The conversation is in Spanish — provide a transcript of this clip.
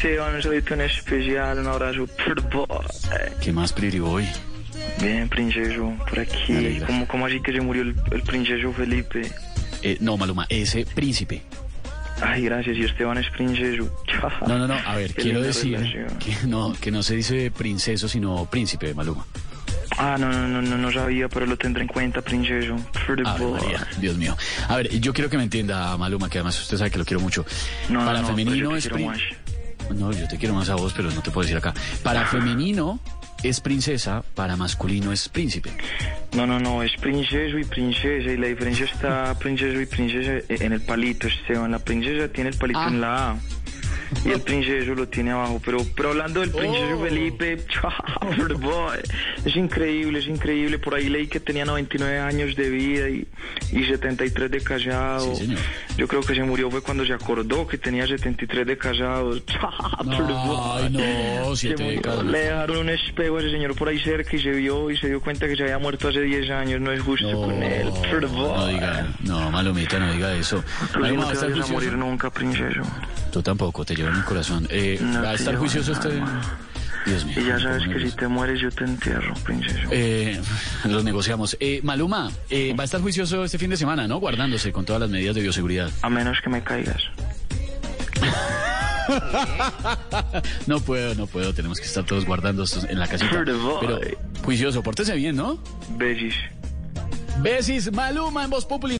Sí, un saludito en especial, un abrazo. É, ¿Qué más, Priri, hoy? Bien, princeso, por Me aquí. alegra. ¿Cómo, cómo así que se murió el, el princeso Felipe? Eh, no, Maluma, ese príncipe. Ay, gracias, y Esteban es princeso. No, no, no, a ver, Qué quiero linda decir relación. que no, que no se dice princeso, sino príncipe, Maluma. Ah, no, no, no, no, no sabía, pero lo tendré en cuenta, princeso. Ave María, Dios mío. A ver, yo quiero que me entienda, Maluma, que además usted sabe que lo quiero mucho. No, no, Para no, femenino pero yo te es quiero prin- No, yo te quiero más a vos, pero no te puedo decir acá. Ah. Para femenino es princesa, para masculino es príncipe. No, no, no, es princeso y princesa, y la diferencia está princeso y princesa en el palito, Esteban. La princesa tiene el palito Ah. en la A. Y el princeso lo tiene abajo, pero, pero hablando del princeso Oh. Felipe, por boy, es increíble, es increíble. Por ahí leí que tenía 99 años de vida y, y 73 de casado. Sí, señor. Yo creo que se murió fue cuando se acordó que tenía 73 de casados. Ay, no, siete Se murió. décadas. Le dejaron un espejo a ese señor por ahí cerca y se vio y se dio cuenta que se había muerto hace 10 años. No es justo No, con él. Por Oh, no favor. diga, no, Malumita, no diga eso. Tú no Maluma, ¿va a te estar vayas a juicioso? morir nunca, princeso. Tú tampoco, te llevo en mi corazón. Eh, No ¿Va a te estar llevo juicioso nada, este? hermano. Dios mío. Y ya me sabes pongo que si nervioso. te mueres yo te entierro, princeso. Eh, los negociamos. Eh, Maluma, eh, va a estar juicioso este fin de semana, ¿no? Guardándose con todas las medidas de bioseguridad. A menos que me caigas. No puedo, no puedo. Tenemos que estar todos guardando estos en la casita. Pero voy. Pero juicioso, pórtese bien, ¿no? Besis. Besis, Maluma en Voz Populi.